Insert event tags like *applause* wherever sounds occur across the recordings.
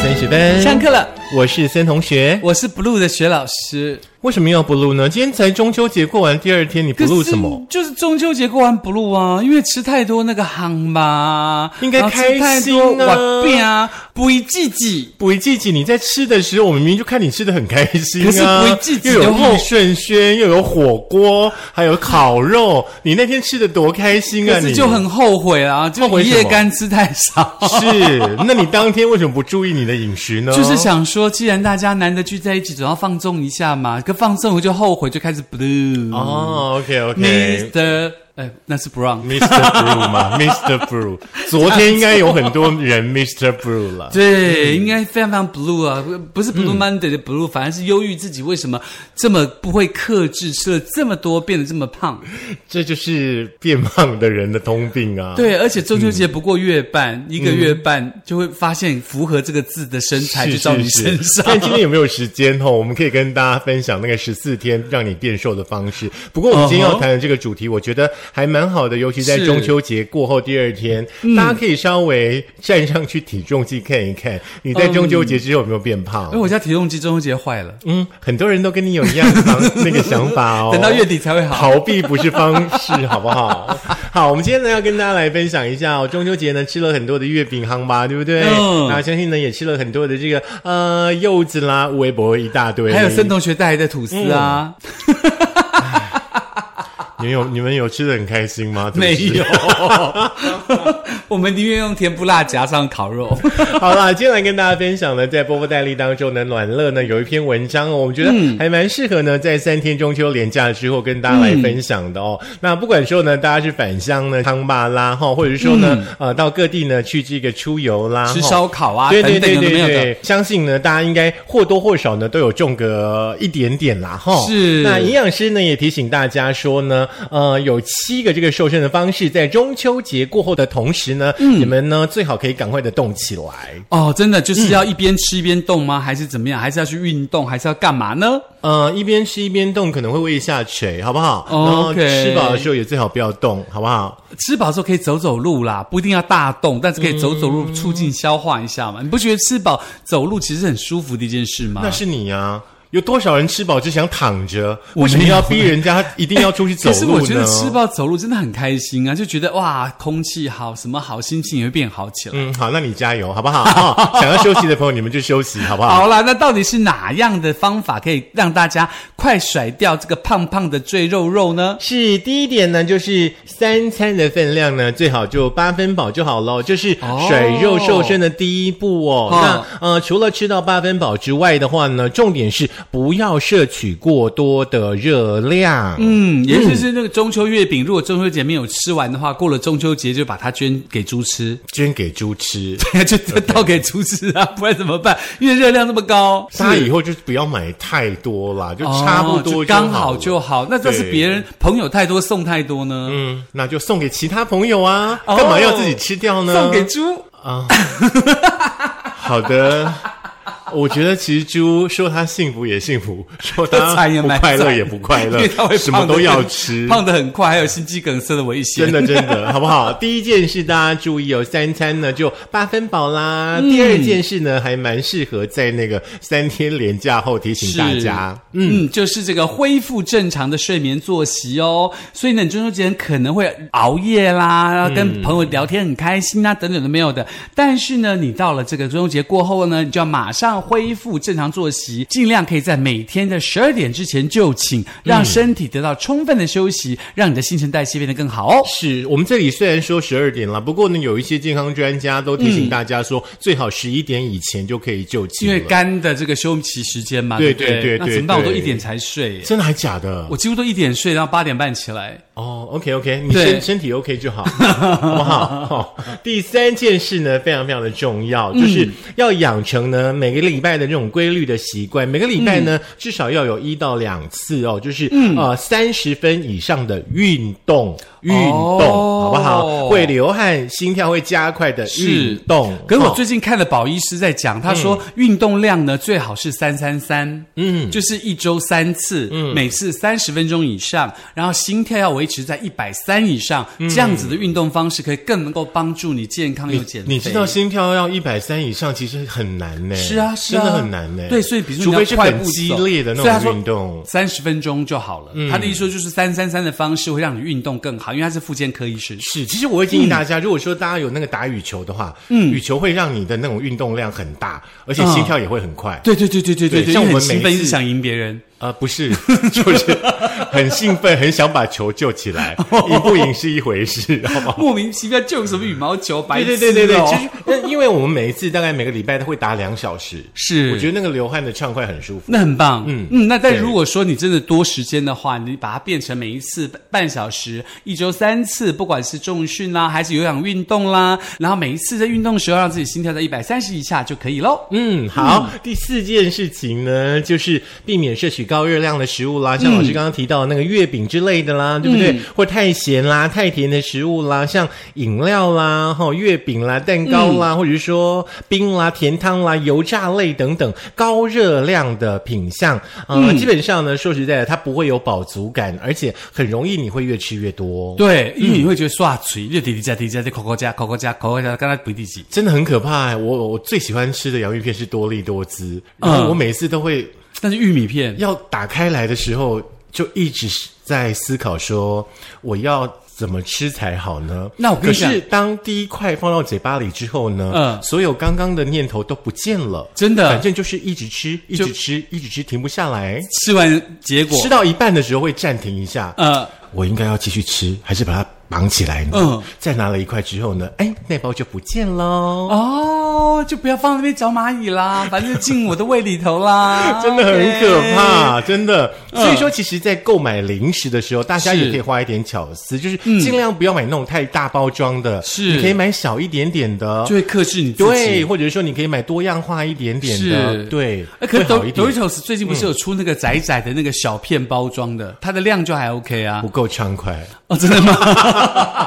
三十分，上课了，我是森同学。我是 blue 的学老师。为什么要不录呢？今天才中秋节过完第二天，你不录什么？？就是中秋节过完不录啊，因为吃太多那个夯嘛，应该然后吃开太心多啊瓦饼啊，不一季季。补一季季，你在吃的时候，我明明就看你吃的很开心啊。可是补一季季又的有话玉顺轩，又有火锅，还有烤肉，你那天吃的多开心啊！可你是就 *laughs* 很后悔啊，就后悔一什夜么哦干吃太少。是，那你当天为什么不注意你的饮食呢？就是想说，既然大家难得聚在一起，总要放纵一下嘛。可放纵我就后悔，就开始 blue。哦，OK OK。 Mr. 哎，那是 Brown。 Mr. Brew *laughs* 嘛，Mr. Brew，昨天应该有很多人 Mr. Brew *laughs* 了。嗯对，应该非常非常 blue 啊，不不是 blue Monday 的 blue，、反而是忧郁自己为什么这么不会克制，吃了这么多变得这么胖。这就是变胖的人的通病啊。，对，而且中秋节嗯不过月半，一个月半就会发现符合这个字的身材是就到你是身是上。但今天有没有时间哦？我们可以跟大家分享那个十四天让你变瘦的方式。不过我们今天要谈的这个主题，我觉得还蛮好的，尤其在是中秋节过后第二天，嗯大家可以稍微站上去体重计看一看，你嗯在中秋节之后有没有变胖 *laughs* 因为？我家体重机中秋节坏了，嗯，很多人都跟你有一样的那个想法哦。 *laughs* 等到月底才会好。逃避不是方式，好不 *laughs* 好？好，我们今天呢要跟大家来分享一下哦，中秋节呢吃了很多的月饼夯吧，对不对？嗯那相信呢也吃了很多的这个呃柚子啦、微博一大堆，还有森同学带来的吐司啊，你们有你们有吃的很开心吗？对没不起有。 *laughs* 我们宁愿用甜不辣夹上烤肉。 *laughs* 好啦，今天来跟大家分享呢，在波波戴利当中呢，暖乐呢有一篇文章哦，我们觉得嗯还蛮适合呢，在三天中秋连假之后跟大家来分享的哦。嗯那不管说呢，大家是返乡呢、康巴拉哈，或者是说呢，呃，到各地呢去这个出游啦，嗯吃哈烧烤啊对对等对等有对的没有的对，相信呢，大家应该或多或少呢都有中个一点点啦哈。是那营养师呢也提醒大家说呢，呃，有七个这个瘦身的方式，在中秋节过后的同时呢，嗯你们呢最好可以赶快的动起来。哦，真的嗯就是要一边吃一边动吗？还是怎么样？还是要去运动？还是要干嘛呢？呃，一边吃一边动可能会胃下垂，好不好？哦然后 OK 吃饱的时候也最好不要动，好不好？吃饱之后可以走走路啦，不一定要大动，但是可以走走路，促进消化一下嘛。你不觉得吃饱走路其实很舒服的一件事吗？那是你啊。有多少人吃饱就想躺着？我为什么没有要逼人家一定要出去走 *laughs* 可是路呢？我觉得吃饱走路真的很开心啊，就觉得哇，空气好，什么好，心情也会变好起来。嗯，好，那你加油好不好？哈想要休息的朋友，你们就休息好不好？好啊啦，那到底是哪样的方法可以让大家快甩掉这个胖胖的赘肉肉呢？是第一点呢，就是三餐的分量呢，最好就八分饱就好喽，就是哦甩肉瘦身的第一步哦。哦那呃，除了吃到八分饱之外的话呢，重点是不要摄取过多的热量。嗯，也就是那个中秋月饼，如果中秋节没有吃完的话，过了中秋节就把它捐给猪吃， *laughs* 捐给猪吃。就倒给猪吃啊，不然怎么办？因为热量那么高，大家以后就是不要买太多啦，就哦差不多就刚好好了就好。那要是对别人朋友太多送太多呢？嗯，那就送给其他朋友啊，哦干嘛要自己吃掉呢？送给猪，好的。我觉得其实猪说它幸福也幸福， *laughs* 说它惨也不蛮快乐惨也不快乐 *laughs* 因为它，会什么胖得都要很吃。 *laughs* 胖的很快，还有心肌梗塞的危险。真的真的，好不好？ *laughs* 第一件事大家注意哦，三餐呢就八分饱啦。嗯第二件事呢，还蛮适合在那个三天连假后提醒大家。嗯，就是这个恢复正常的睡眠作息哦。所以呢，你中秋节可能会熬夜啦，嗯然后跟朋友聊天很开心啊，等等都没有的。但是呢，你到了这个中秋节过后呢，你就要马上恢复正常作息，尽量可以在每天的十二点之前就寝，嗯让身体得到充分的休息，让你的新陈代谢变得更好哦。是我们这里虽然说十二点了，不过呢，有一些健康专家都提醒大家说，最好十一点以前就可以就寝嗯因了。为肝的这个休息时间嘛，对对不对对那对怎么办？我都对一点才睡耶，真的还假的？我几乎都一点睡，然后八点半起来。哦，OK OK，你对身身体 OK 就好， *laughs* 好不好、哦？第三件事呢，非常非常的重要，就是嗯要养成呢每个礼拜的这种规律的习惯，每个礼拜嗯呢、至少要有一到两次哦，就是、呃三十分以上的运动。运动，哦好不好？会流汗，心跳会加快的是运动。可是我哦嗯最近看了保医师在讲，他说运动量呢最好是三三三，嗯，就是一周三次，嗯每次三十分钟以上，然后心跳要维持在一百三以上，嗯这样子的运动方式可以更能够帮助你健康又减肥。你知道心跳要一百三以上，其实很难呢。是啊，是啊，真的很难呢。对，所以比如说除你要非是快很步激走烈的所以那他种说运动。三十分钟就好了。他的意思说就是三三三的方式会让你运动更好，因为他是复健科医师。是，其实我会嗯建议大家，如果说大家有那个打羽球的话，嗯，羽球会让你的那种运动量很大，而且心跳也会很快。嗯对对对对对对对，像因为我们很每兴奋，一一次直想赢别人。呃，不是， *laughs* 就是很兴奋，很想把球救起 *laughs* 来，赢不赢是一回事，好吗？莫名其妙就有什么羽毛球，白对痴对对哦对对，其实那因为我们每一次大概每个礼拜都会打两小时，是我觉得那个流汗的畅快很舒服。那很棒，嗯嗯嗯。那但对如果说你真的多时间的话，你把它变成每一次半小时，一周三次，不管是重训啦，还是有氧运动啦，然后每一次在运动的时候让自己心跳在一百三十以下就可以喽。嗯，好。第四件事情呢，就是避免摄取高热量的食物啦，像嗯老师刚刚提到那个月饼之类的啦，对不对？或太咸啦、太甜的食物啦，像饮料啦、哈、月饼啦、蛋糕嗯啦，或者是说冰啦、甜汤啦、油炸类等等高热量的品项啊、嗯呃基本上呢，说实在的，它不会有饱足感，而且很容易你会越吃越多。对，因为你会觉得刷嘴，就滴滴加滴滴加，口口加口口加口口加，刚才不滴几。真的很可怕、欸，我我最喜欢吃的洋芋片是多利多滋，然后嗯我每次都会但是玉米片，要打开来的时候，就一直是在思考说我要怎么吃才好呢？那我跟可你讲是当第一块放到嘴巴里之后呢，嗯所有刚刚的念头都不见了，真的反正就是一直吃，一直吃，一直吃，停不下来。吃完结果吃，到一半的时候会暂停一下，呃，我应该要继续吃，还是把它绑起来呢？嗯，再拿了一块之后呢，哎，那包就不见喽。哦，就不要放那边找蚂蚁啦，反正进我的胃里头啦 *laughs* ，真的很可 OK 怕，真的。嗯所以说，其实，在购买零食的时候，大家是也可以花一点巧思，就是尽量不要买那种太大包装的，是你可以买小一点点的就，会克制你自己。对，或者说你可以买多样化一点点的是，对，哎，可会是好一点。嗯 Doritos 最近不是有出那个窄窄的那个小片包装的，它的量就还 OK 啊不。够畅快，哦，真的吗？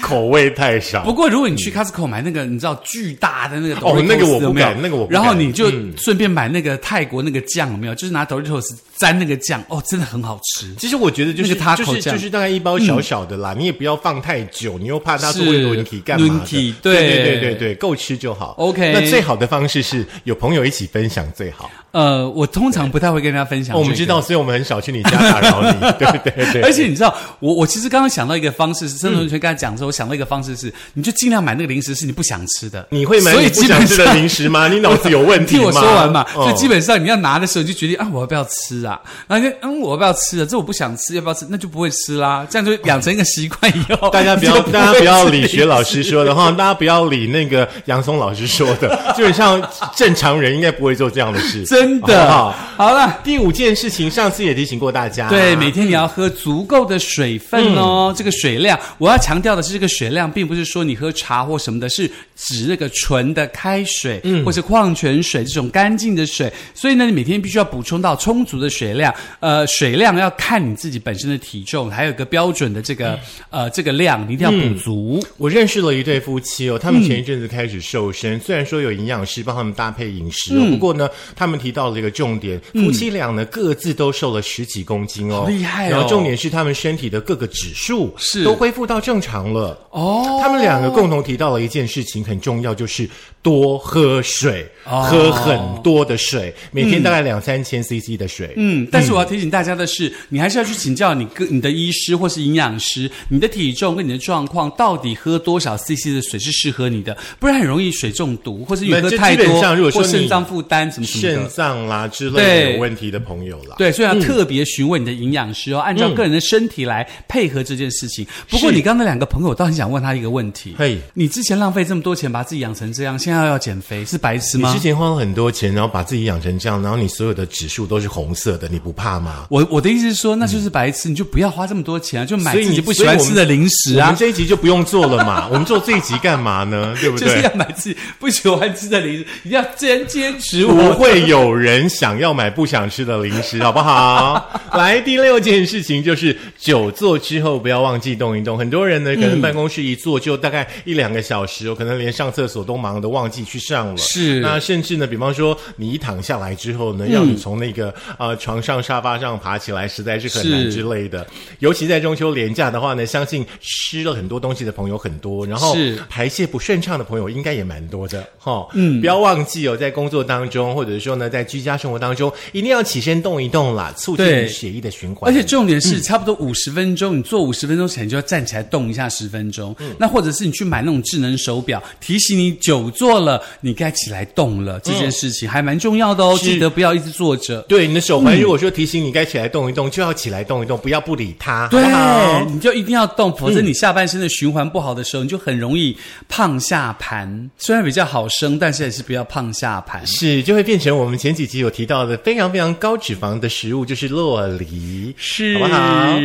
口味太少不。过如果你去 Costco 买那个，你知道巨大的那个嗯 Doritos 哦那个我不有没有敢那个我不敢嗯然后你就顺便买那个泰国那个酱，有没有？就是拿 Doritos 沾那个酱，哦，真的很好吃。其实我觉得就是那个 taco 就是酱就是大概一包小小的啦，你也不要放太久，你又怕它嗯是会是轮体干嘛轮的体？对对对对对对，够吃就好。 OK 那最好的方式是有朋友一起分享最好。呃，我通常不太会跟大家分享、哦，我们知。道， *laughs* 所以我们很少去你家打扰 *laughs* 你，对不对？对。而且你知道，我我其实刚刚想到一个方式是，郑同学刚才讲的时候，我想到一个方式是，你就尽量买那个零食是你不想吃的，嗯你会买所你以不基本想吃的上零食吗？你脑子有问题 *laughs* 听吗？我说完嘛，哦所以基本上你要拿的时候，你就决定啊，我要不要吃啊？然后就嗯，我要不要吃啊？这我不想吃，要不要吃？那就不会吃啦。这样就养成一个习惯以后，哦大家不你要， *laughs* 就大家会不要吃理学老师说的哈，大家不要理那个杨松老师说的，基本上正常人应该不会做这样的事， *laughs* 真的好不好好了。第五件事情，上次也提醒过大家，对，每天你要喝足够的水分哦。这个水量，我要强调的是，这个水量并不是说你喝茶或什么的，是指那个纯的开水，或是矿泉水这种干净的水。所以呢，你每天必须要补充到充足的水量。呃，水量要看你自己本身的体重，还有一个标准的这个、呃这个量，你一定要补足。我认识了一对夫妻哦，他们前一阵子开始瘦嗯身，虽然说有营养师帮他们搭配饮食、哦，不过呢，他们提到了一个重点，夫妻俩呢各自都瘦了十几公斤哦，嗯好厉害哦然后重点是他们身体的各个指数是都恢复到正常了哦他们两个共同提到了一件事情很重要，就是多喝水，哦喝很多的水，每天大概两三千 CC 的水。嗯，但是我要提醒大家的是，你还是要去请教你跟你的医师或是营养师，你的体重跟你的状况到底喝多少 CC 的水是适合你的，不然很容易水中毒，或是你那喝这太基本多上如果，说或你肾脏负担什么什么肾的。脏啦之类的对有问题的朋友啦，对，所以要特别询问你的营养师哦，按照个人的身体来配合这件事情。不过是你刚才两个朋友，我倒很想问他一个问题：嘿。你之前浪费这么多钱把自己养成这样，现在要减肥是白痴你吗之？前花了很多钱，然后把自己养成这样，然后你所有的指数都是红色色的，你不怕吗？我我的意思是说，那就是白痴，你就不要花这么多钱啊，就嗯买所以自你己不喜欢吃的零食我啊们。这一集就不用做了嘛，我们做这一集干嘛呢？对不就是对？要买自己不喜欢吃的零食，一定要坚坚持不我。会有人想要买不想吃的零食，好不好？来，第六件事情就是久坐之后不要忘记动一动。很多人呢，可能办公室一坐就大概一两个小时，有可能连上厕所都忙得忘记去上了。是嗯那甚至呢，比方说你一躺下来之后呢，要你从那个、呃床上、沙发上爬起来，实在是很难是之类的。尤其在中秋连假的话呢，相信吃了很多东西的朋友很多，然后是排泄不顺畅的朋友应该也蛮多的哈。嗯，不要忘记哦，在工作当中，或者说呢，在居家生活当中，一定要起身动一动啦，促进对血液的循环。而且重点是，差不多五十分钟，你做五十分钟前就要站起来动一下十分钟。嗯那或者是你去买那种智能手表，提醒你久坐了，你该起来动了。这件事情还蛮重要的哦，嗯是记得不要一直坐着。对你的手嗯环，如果说提醒你该起来动一动，就要起来动一动，不要不理它，好对不好？，嗯你就一定要动，否则你下半身的循环不好的时候，你就很容易胖下盘。虽然比较好生，但是也是不要胖下盘。是，就会变成我们前几集有提到的非常非常高脂肪的食物，就是洛梨，是好不好？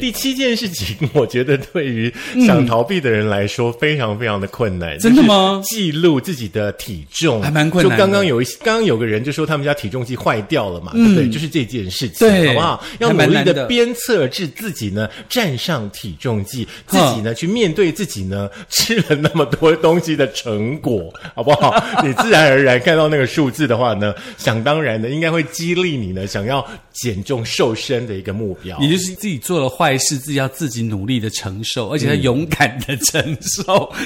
第七件事情，我觉得对于想逃避的人来说，非常非常的困难。真的吗？记录自己的体重还蛮困难就的刚刚有一些，刚刚有个人就说他们家体重计坏掉了嘛，对不对？就是这件事情，嗯对好不好？要还努蛮力难的的鞭策至自己呢，站上体重计，自己呢去面对自己呢 *laughs* 吃了那么多东西的成果，好不好？ *laughs* 你自然而然看到那个数字的话呢，想当然的应该会激励你呢，想要减重瘦身的一个目标。你就是自己做了坏事，自己要自己努力的承受，而且要勇敢的承受，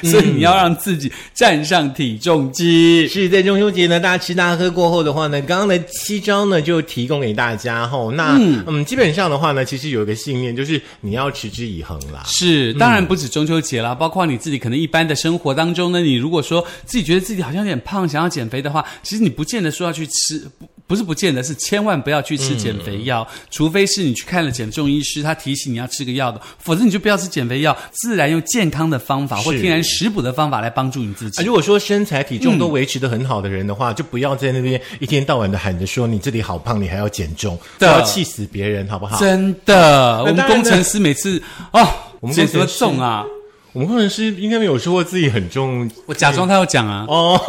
所以你要让自己站上体重机。是在中秋节呢，大家吃大喝过后的话呢，刚刚的七招呢就提供给大家吼、那嗯基本上的话呢，其实有一个信念，就是你要持之以恒啦。是，当然不止中秋节啦，包括你自己可能一般的生活当中呢，你如果说自己觉得自己好像有点胖，想要减肥的话，其实你不见得说要去吃，不不是不见得，是千万不要去吃减肥药，除非是你去看了减重医师，他提醒你要吃个药的，否则你就不要吃减肥药，自然用健康的方法或是天然食补的方法来帮助你自己啊，。如果说身材体重都嗯维持的很好的人的话，就不要在那边一天到晚的喊着说你这里好胖，你还要减重，不的要气死别人，好不好？真的，啊当我然们工程师每次哦，我们工程减师什么重啊？我们工程师应该没有说过自己很重我假装他要讲啊，哦。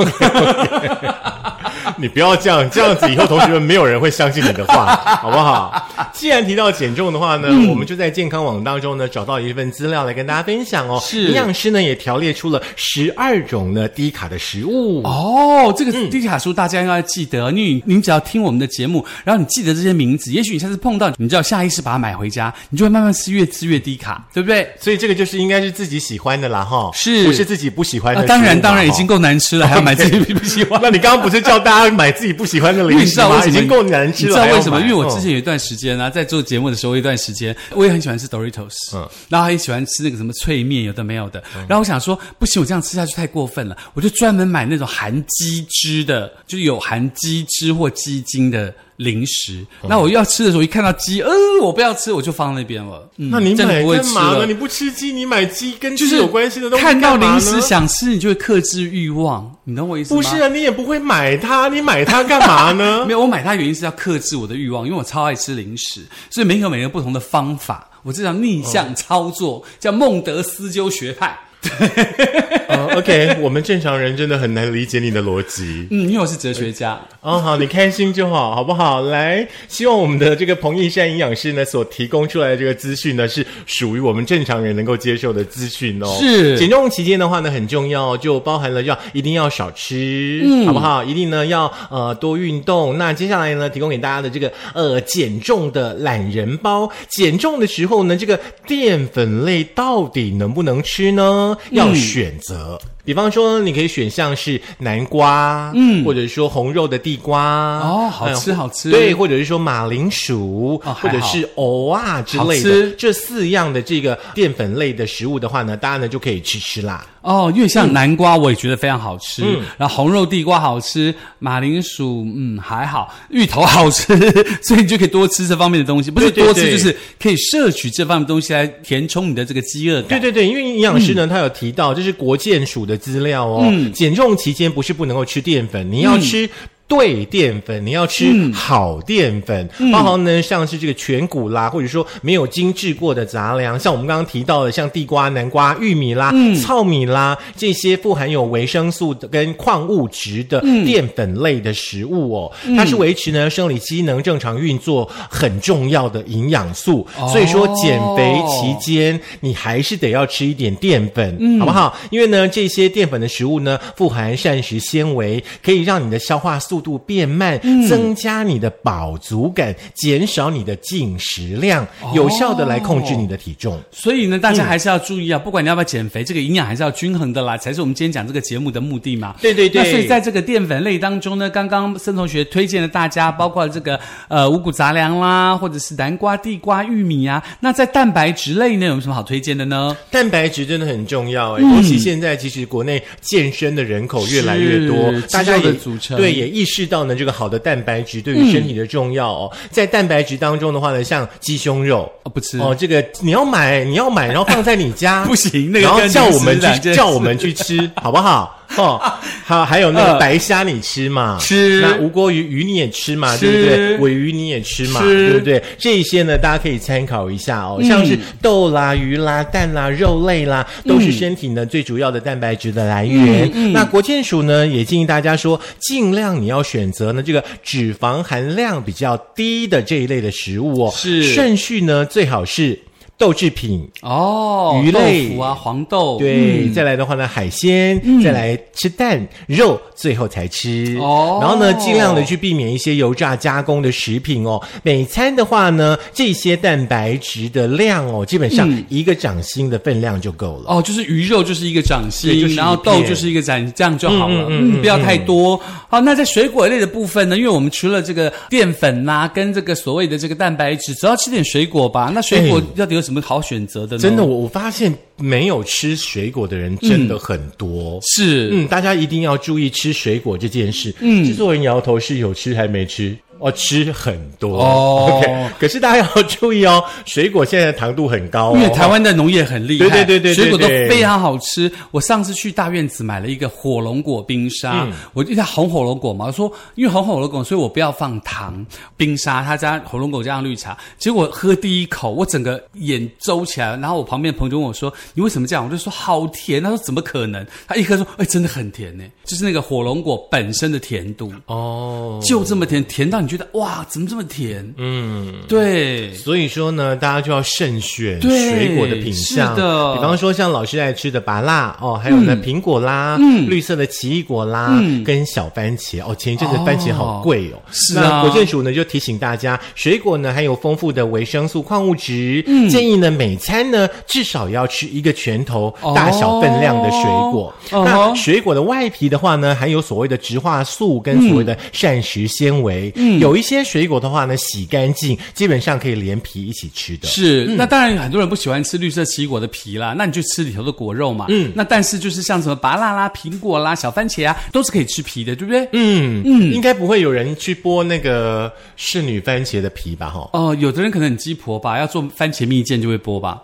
你不要这样，这样子以后同学们没有人会相信你的 *laughs* 话，好不好？既然提到减重的话呢，嗯我们就在健康网当中呢找到一份资料来跟大家分享哦。是营养师呢也条列出了十二种呢低卡的食物。哦，这个低卡书大家应该记得，因为你只要听我们的节目，然后你记得这些名字，也许你下次碰到，你知道下意识把它买回家，你就会慢慢吃，越吃越低卡，对不对？所以这个就是应该是自己喜欢的啦，哈，是不是自己不喜欢的啊食物、，当然，当然已哈经够难吃了，还要买 *laughs* 自己不喜欢。那你刚刚不是叫大家买自己不喜欢的因为零你知食道为吗？什么已经够难吃了，你知道还要为什么？买因为我之嗯前有一段时间呢、在做节目的时候，有一段时间我也很喜欢吃 Doritos，嗯嗯，然后还喜欢吃那个什么脆面，有的没有的。然后我想说，不行，我这样吃下去太过分了，我就专门买那种含鸡汁的，就是有含鸡汁或鸡精的。零食，嗯那我要吃的时候，一看到鸡，嗯，我不要吃，我就放那边了。嗯那你真的买不会干吃嘛呢？了你。不吃鸡，你买鸡跟就鸡是有关系的东西，看到零食想。想吃，你就会克制欲望，你懂我意思不吗？是啊，你也不会买它，你买它干嘛呢？ *laughs* 没有，我买它的原因是要克制我的欲望，因为我超爱吃零食，所以每个每个不同的方法，我这叫逆向操作，叫孟德斯鸠学派。 *laughs* 嗯 OK，我们正常人真的很难理解你的逻辑。嗯，因为我是哲学家，哦，好，你开心就好，好不好？来，希望我们的这个彭义山营养师呢所提供出来的这个资讯呢，是属于我们正常人能够接受的资讯哦。是减重期间的话呢，很重要，哦就包含了要一定要少吃，嗯好不好？一定呢要呃多运动。那接下来呢，提供给大家的这个呃减重的懒人包，减重的时候呢，这个淀粉类到底能不能吃呢？嗯要选择。比方说，你可以选项是南瓜，嗯，或者说红肉的地瓜，哦好吃嗯好吃对，或者是说马铃薯，哦或还者好是藕啊之类好的吃，这四样的这个淀粉类的食物的话呢，大家呢就可以吃吃啦。哦，因为像南瓜我也觉得非常好吃，嗯然后红肉地瓜好吃，马铃薯嗯还好，芋头好吃， *laughs* 所以你就可以多吃这方面的东西，不是对对多吃对就是可以摄取这方面的东西来填充你的这个饥饿感对。对对，因为营养师呢，他有提嗯到，这是国健署的资料哦。减重期间不是不能够吃淀粉，你要吃。对淀粉，你要吃好淀粉，嗯包含呢像是这个全谷啦，或者说没有精致过的杂粮，像我们刚刚提到的，像地瓜、南瓜、玉米啦、嗯糙米啦这些富含有维生素的跟矿物质的嗯淀粉类的食物哦，它是维持呢生理机能正常运作很重要的营养素。哦所以说减肥期间你还是得要吃一点淀粉，嗯好不好？因为呢这些淀粉的食物呢富含膳食纤维，可以让你的消化速度变慢，嗯增加你的饱足感，减少你的进食量，哦有效的来控制你的体重。所以呢，大嗯家还是要注意啊，不管你要不要减肥，这个营养还是要均衡的啦，才是我们今天讲这个节目的目的嘛。对对对那所以在这个淀粉类当中呢，刚刚孙同学推荐了大家，包括这个呃五谷杂粮啦，或者是南瓜、地瓜、玉米啊。那在蛋白质类呢，有什么好推荐的呢？蛋白质真的很重要哎，尤其现在其实国内健身的人口越来越多是，大家肌肉也的组成嗯对也意识到呢这个好的蛋白质对于身体的重要哦。在蛋白质当中的话呢，像鸡胸肉哦，不吃哦，这个你要买你要买，然后放在你家 *laughs* 不行那个然后跟叫零我们食两件去事叫我们去吃，好不好？哦，好，还有那个呃白虾你吃嘛？吃那无锅鱼鱼你也吃嘛？吃对不对？尾鱼你也吃嘛？吃嗯对不对？这一些呢，大家可以参考一下哦，像是豆啦、鱼啦、蛋啦、肉类啦，都嗯是身体呢最主要的蛋白质的来源。那国健署呢也建议大家说，尽量你要选择呢这个脂肪含量比较低的这一类的食物哦，是顺序呢最好是豆制品。哦，鱼类豆腐啊，黄豆，嗯对，再来的话呢，海鲜，再来吃蛋、肉，最后才吃。哦然后呢，尽量的去避免一些油炸加工的食品哦。每餐的话呢，这些蛋白质的量哦，基本上一个掌心的分量就够了。嗯哦，就是鱼肉就是一个掌心，对就是一然后豆片就是一个掌，这样就好了，嗯嗯嗯不要太多。好，那在水果类的部分呢，因为我们除了这个淀粉啦、跟这个所谓的这个蛋白质，只要吃点水果吧。那水果哎到底有什么好选择的呢？真的，我我发现没有吃水果的人真嗯的很多。是，嗯，大家一定要注意吃水果这件事。嗯，制作人摇头是有吃还没吃。哦，吃很多哦 OK，可是大家要注意哦，水果现在的糖度很高、哦，因为台湾的农业很厉害，对对对对对水果都对非常好吃。我上次去大院子买了一个火龙果冰沙，嗯我就在红火龙果嘛，我说因为红火龙果，所以我不要放糖，冰沙它加火龙果加上绿茶。结果喝第一口，我整个眼周起来，然后我旁边的朋友就问我说：“你为什么这样？”我就说：“好甜。”他说：“怎么可能？”他一喝说：“哎，真的很甜呢，就是那个火龙果本身的甜度，哦，就这么甜，甜到你觉得哇，怎么这么甜？”嗯，对。所以说呢，大家就要慎选对水果的品相，是的嗯比方说像老师爱吃的芭辣哦，还有呢、苹果啦，绿色的奇异果啦，跟小番茄哦。前一阵子番茄好贵哦，是啊那国健署呢就提醒大家，水果呢含有丰富的维生素、矿物质，嗯建议呢每餐呢至少要吃一个拳头哦大小分量的水果。嗯哼那水果的外皮的话呢，含有所谓的植化素跟所谓嗯的膳食纤维。嗯，有一些水果的话呢，洗干净基本上可以连皮一起吃的。是，那当然很多人不喜欢吃绿色奇异果的皮啦，那你就吃里头的果肉嘛。嗯，那但是就是像什么芭乐啦、苹果啦、小番茄啊，都是可以吃皮的，对不对？嗯。。嗯嗯，应该不会有人去剥那个仕女番茄的皮吧？哈 *laughs* 哦，有的人可能很鸡婆吧，要做番茄蜜饯就会剥吧。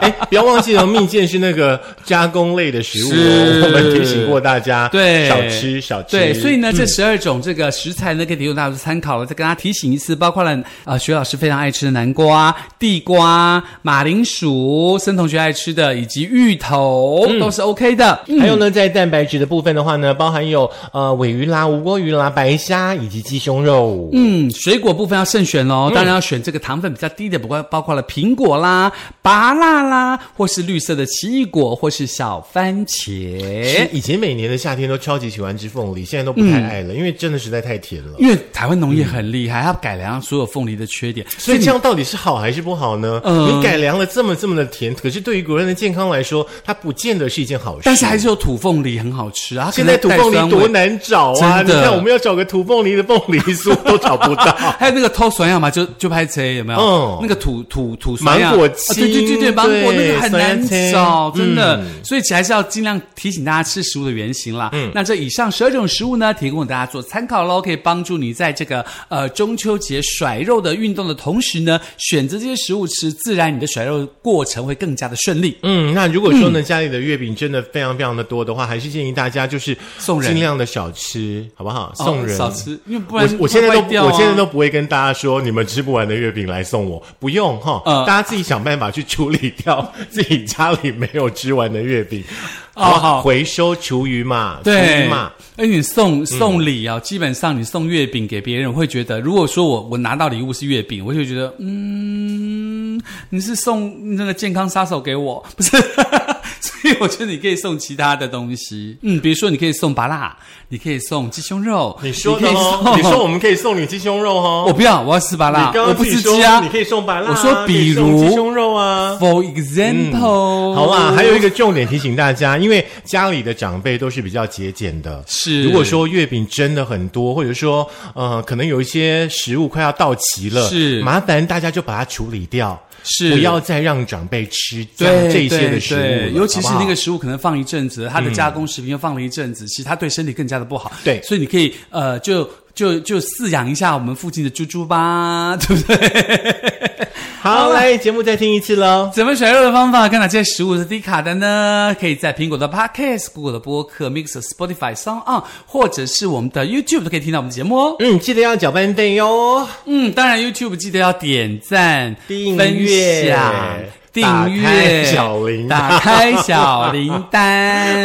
哎，不要忘记了，蜜饯是那个加工类的食物是哦，我们提醒过大家，对，少吃少吃。对，所以呢，这十二种这个食材呢，可以提供大家参考了。再跟大家提醒一次，包括了啊、呃，徐老师非常爱吃的南瓜、地瓜、马铃薯，森同学爱吃的，以及芋头，都是 OK 的。嗯还有呢，在蛋白质的部分的话呢，包含有呃尾鱼啦、无锅鱼啦、白虾以及鸡胸肉。嗯，水果部分要慎选嗯喽，当然要选这个糖分比较低的，不过包括了苹果啦、芭辣啦，或是绿色的奇异果，或是小番是茄。以前每年的夏天都超级喜欢吃凤梨，现在都不太爱嗯了，因为真的实在太甜了。因为台湾农业很厉害，它改良所有凤梨的缺点，所以你这样到嗯底是好还是不好呢？嗯你改良了这么这么的甜，可是对于国人的健康来说，它不见得是一件好事。但是还是有土凤梨很好吃啊。它可现能在土凤带酸梨味多，难找啊！真你的看，我们要找个土凤梨的凤梨酥都找不到。 *laughs* 还有那个偷酸药嘛，就就拍车有没有？嗯那个土土土酸药，芒果青啊对对对对，芒对果那真的很酸难呀亲找，真的嗯。嗯所以其实还是要尽量提醒大家吃食物的原型啦。那这以上十二种食物呢，提供给大家做参考喽，可以帮助你在这个呃中秋节甩肉的运动的同时呢，选择这些食物吃，自然你的甩肉过程会更加的顺利。嗯，那如果说呢，家里的月饼真的非常非常的多的话，还是建议大家就是送人尽量的少吃，好不好？送人、哦少吃，因为不然我我现在都会坏掉啊我现在都不会跟大家说你们吃不完的月饼来送我，不用哈，呃大家自己想办法去处理 *laughs* 掉自己家里没有吃完的月饼， *laughs* 哦好不好回收厨余嘛，厨余对嘛，，而哎你嗯送送礼啊，基本上你送月饼给别人，我会觉得，如果说我我拿到礼物是月饼，我就觉得，嗯，你是送那个健康杀手给我， *laughs* 不是？所以我觉得你可以送其他的东西，嗯，比如说你可以送芭辣，你可以送鸡胸肉，你说的可以哦，送你说我们可以送你鸡胸肉哦， *laughs* 我不要，我要吃芭辣你，刚我刚不自己吃说鸡啊你。可以送白辣啊、我说可以比送如鸡胸肉啊。 For example，、好啦，还有一个重点提醒大家，因为家里的长辈都是比较节俭的。是如果说月饼真的很多，或者说呃，可能有一些食物快要到齐了，是麻烦大家就把它处理掉，是不要再让长辈吃这对这些的对食物对了尤其是好不好那个食物可能放一阵子，它的加工食品又放了一阵子，其实它对身体更加的不好。对所以你可以呃，就就就饲养一下我们附近的猪猪吧， *laughs* 对不对？啊好，来节目再听一次喽。怎么甩肉的方法跟哪些食物是低卡的呢？可以在苹果的 Podcast、Google 的播客、Mix、Spotify、s o n On，或者是我们的 YouTube 都可以听到我们的节目哦。嗯，记得要搅拌费哟。嗯，当然 YouTube 记得要点赞、订分阅享、打订开阅、小铃铛打开小铃 铛，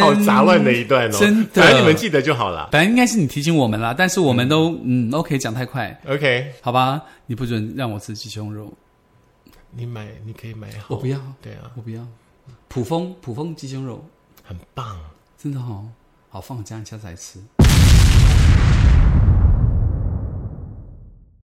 *laughs* 好杂乱的一段哦，嗯真的反正你们记得就好了。本来应该是你提醒我们啦，但是我们都嗯 OK 讲太快， OK，好吧？你不准让我吃鸡胸肉，你买你可以买好，我不要，对啊，我不要，普丰普丰鸡胸肉很棒。真的好、哦、好放我家人下次来吃。